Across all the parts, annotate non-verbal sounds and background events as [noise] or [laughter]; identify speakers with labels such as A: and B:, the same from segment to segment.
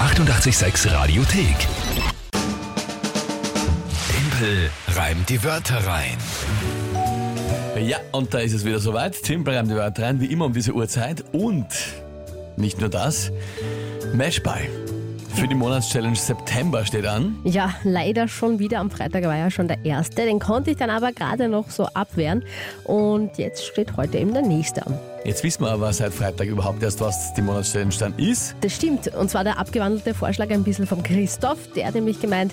A: 886 Radiothek. Tempel reimt die Wörter rein.
B: Ja, und da ist es wieder soweit. Timpel reimt die Wörter rein, wie immer um diese Uhrzeit. Und nicht nur das, Mashball. Für die Monatschallenge September steht an.
C: Ja, leider schon wieder. Am Freitag war ja schon der erste. Den konnte ich dann aber gerade noch so abwehren. Und jetzt steht heute eben der nächste an.
B: Jetzt wissen wir aber seit Freitag überhaupt erst, was die Monatschallenge dann ist.
C: Das stimmt. Und zwar der abgewandelte Vorschlag ein bisschen vom Christoph. Der hat nämlich gemeint,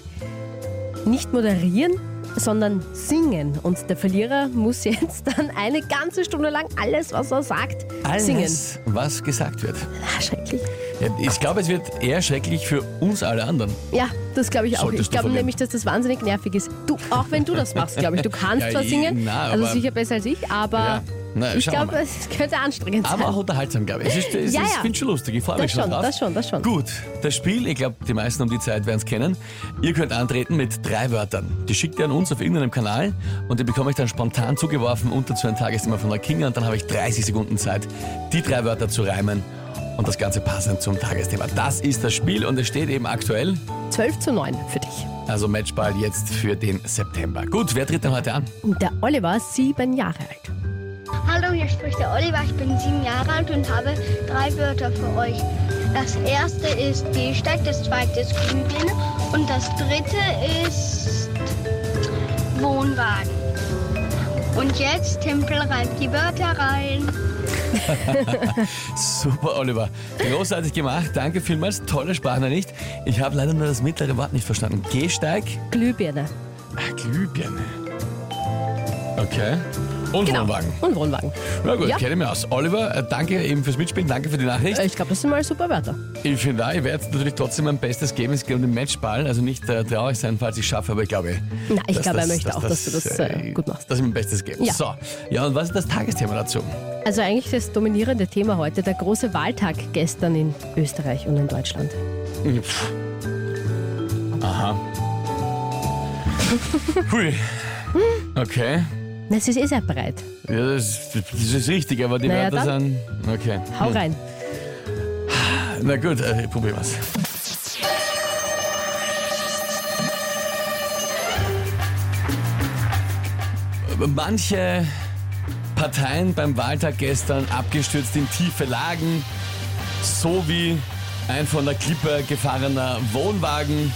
C: nicht moderieren, sondern singen. Und der Verlierer muss jetzt [laughs] dann eine ganze Stunde lang alles, was er sagt,
B: Alles,
C: singen.
B: was gesagt wird.
C: Ah, schrecklich.
B: Ja, ich glaube, es wird eher schrecklich für uns alle anderen.
C: Ja, das glaube ich auch.
B: Solltest
C: ich
B: du
C: glaube
B: verlieren.
C: nämlich, dass das wahnsinnig nervig ist. Du, auch wenn du das
B: [laughs]
C: machst, glaube ich. Du kannst
B: Ja,
C: zwar
B: ich-
C: singen,
B: na,
C: also
B: aber-
C: sicher besser als ich, aber
B: Ja. Na,
C: ich
B: schauen wir
C: glaube,
B: mal.
C: es könnte anstrengend
B: Aber auch
C: sein.
B: unterhaltsam, glaube ich. Es ist, es
C: Ja,
B: ist,
C: ja.
B: finde ich schon lustig. Ich freue mich
C: Das schon,
B: drauf.
C: das schon, das schon.
B: Gut, das Spiel, ich glaube, die meisten um die Zeit werden es kennen. Ihr könnt antreten mit drei Wörtern. Die schickt ihr an uns auf irgendeinem Kanal und die bekomme ich dann spontan zugeworfen unter zu einem Tagesthema von der Kinga und dann habe ich 30 Sekunden Zeit, die drei Wörter zu reimen und das Ganze passend zum Tagesthema. Das ist das Spiel und es steht eben aktuell,
C: 12 zu 9 für dich.
B: also Matchball jetzt für den September. Gut, wer tritt denn heute an?
C: Und der Oliver ist sieben Jahre alt.
D: Hallo, hier spricht der Oliver. Ich bin sieben Jahre alt und habe drei Wörter für euch. Das erste ist Gehsteig, das zweite ist Glühbirne und das dritte ist Wohnwagen. Und jetzt Tempel reimt die Wörter rein.
B: Super, Oliver. Großartig gemacht. Danke vielmals. Tolle Sprachnachricht. Ich habe leider nur das mittlere Wort nicht verstanden. Gehsteig?
C: Glühbirne.
B: Ah, Glühbirne. Okay. Und Wohnwagen.
C: Und Wohnwagen.
B: Na gut,
C: Genau. Ja.
B: kenne ich mich aus. Oliver, äh, danke eben fürs Mitspielen, danke für die Nachricht.
C: Äh, Ich glaube, das sind mal super Wörter.
B: Ich finde auch, ich werde natürlich trotzdem mein Bestes geben. Es geht um den Matchball, also nicht äh, traurig sein, falls ich schaffe, aber ich glaube...
C: Na, ich
B: dass
C: glaube, er
B: das-
C: möchte auch, dass du das äh, gut machst.
B: Dass ich mein Bestes gebe.
C: Ja.
B: So, ja und was ist das Tagesthema dazu?
C: Also eigentlich das dominierende Thema heute, der große Wahltag gestern in Österreich und in Deutschland.
B: Pff. Aha. Hui.
C: Hm.
B: Okay.
C: Das ist eh sehr breit.
B: Ja, das, das ist richtig, aber die
C: Na ja,
B: Wörter
C: dann.
B: sind... Okay.
C: Hau rein.
B: Na gut, äh, probieren wir's. Manche Parteien beim Wahltag gestern abgestürzt in tiefe Lagen, so wie ein von der Klippe gefahrener Wohnwagen.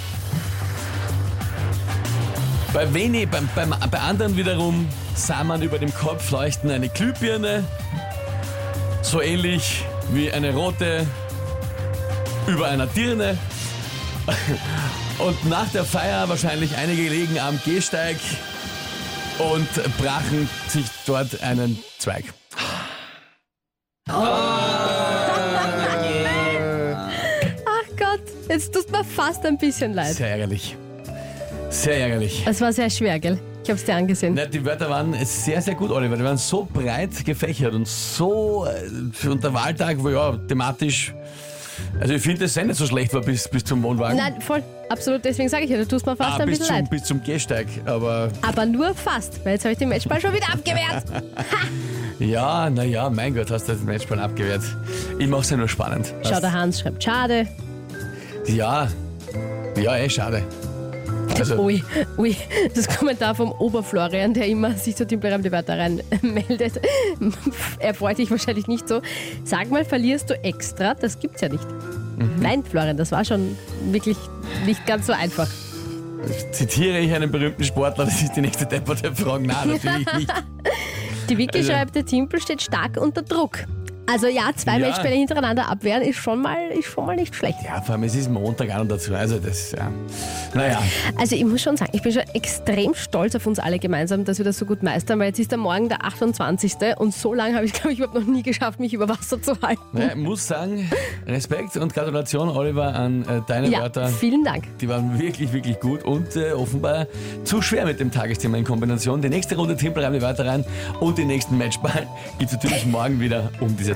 B: Bei, wenig, beim, beim, bei anderen wiederum sah man über dem Kopf leuchten eine Glühbirne, so ähnlich wie eine rote über einer Dirne. Und nach der Feier wahrscheinlich einige legen am Gehsteig und brachen sich dort einen Zweig.
C: Ach Gott, jetzt tut mir fast ein bisschen leid.
B: Sehr ärgerlich. Sehr ärgerlich.
C: Es war sehr schwer, gell? Ich hab's dir angesehen.
B: Na, die Wörter waren sehr, sehr gut, Oliver. Die waren so breit gefächert und so. äh, Und der Wahltag war ja thematisch. Also, ich finde, das nicht so schlecht war bis, bis zum Wohnwagen.
C: Nein, voll, absolut. Deswegen sage ich ja, du tust mir fast
B: ah,
C: ein
B: bis,
C: bisschen
B: zum,
C: leid.
B: bis zum Gehsteig. Aber
C: Aber nur fast, weil jetzt habe ich den Matchball schon wieder
B: [laughs]
C: abgewehrt.
B: ja, naja, mein Gott, hast du das Matchball abgewehrt. Ich mache es ja nur spannend.
C: Schau, der Hans schreibt, schade.
B: Ja, ja, eh schade. Also,
C: Ui, ui, das Kommentar vom Oberflorian, der immer sich zu Timpelreim die Wörter rein [laughs] meldet. er freut sich wahrscheinlich nicht so. Sag mal, verlierst du extra? Das gibt's ja nicht.
B: Mhm.
C: Nein, Florian, das war schon wirklich nicht ganz so einfach. Oh.
B: zitiere ich einen berühmten Sportler, das ist die nächste depperte Frage. Nein, natürlich nicht.
C: [laughs] Die Vicky
B: Also-
C: schreibt, der Timpel steht stark unter Druck. Also ja, zwei
B: Ja.
C: Matchbälle hintereinander abwehren ist schon mal, ist schon mal nicht schlecht.
B: Ja, vor allem, es ist Montag an und dazu. Also, das, ja. Naja,
C: Also ich muss schon sagen, ich bin schon extrem stolz auf uns alle gemeinsam, dass wir das so gut meistern, weil jetzt ist der Morgen der 28. und so lange habe ich, glaube ich, überhaupt noch nie geschafft, mich über Wasser zu halten.
B: naja, muss sagen, Respekt und Gratulation, Oliver, an äh, deine
C: Ja,
B: Wörter.
C: vielen Dank.
B: Die waren wirklich, wirklich gut und äh, offenbar zu schwer mit dem Tagesthema in Kombination. Die nächste Runde Timpel reimen wir weiter rein und den nächsten Matchball gibt's natürlich morgen wieder um diese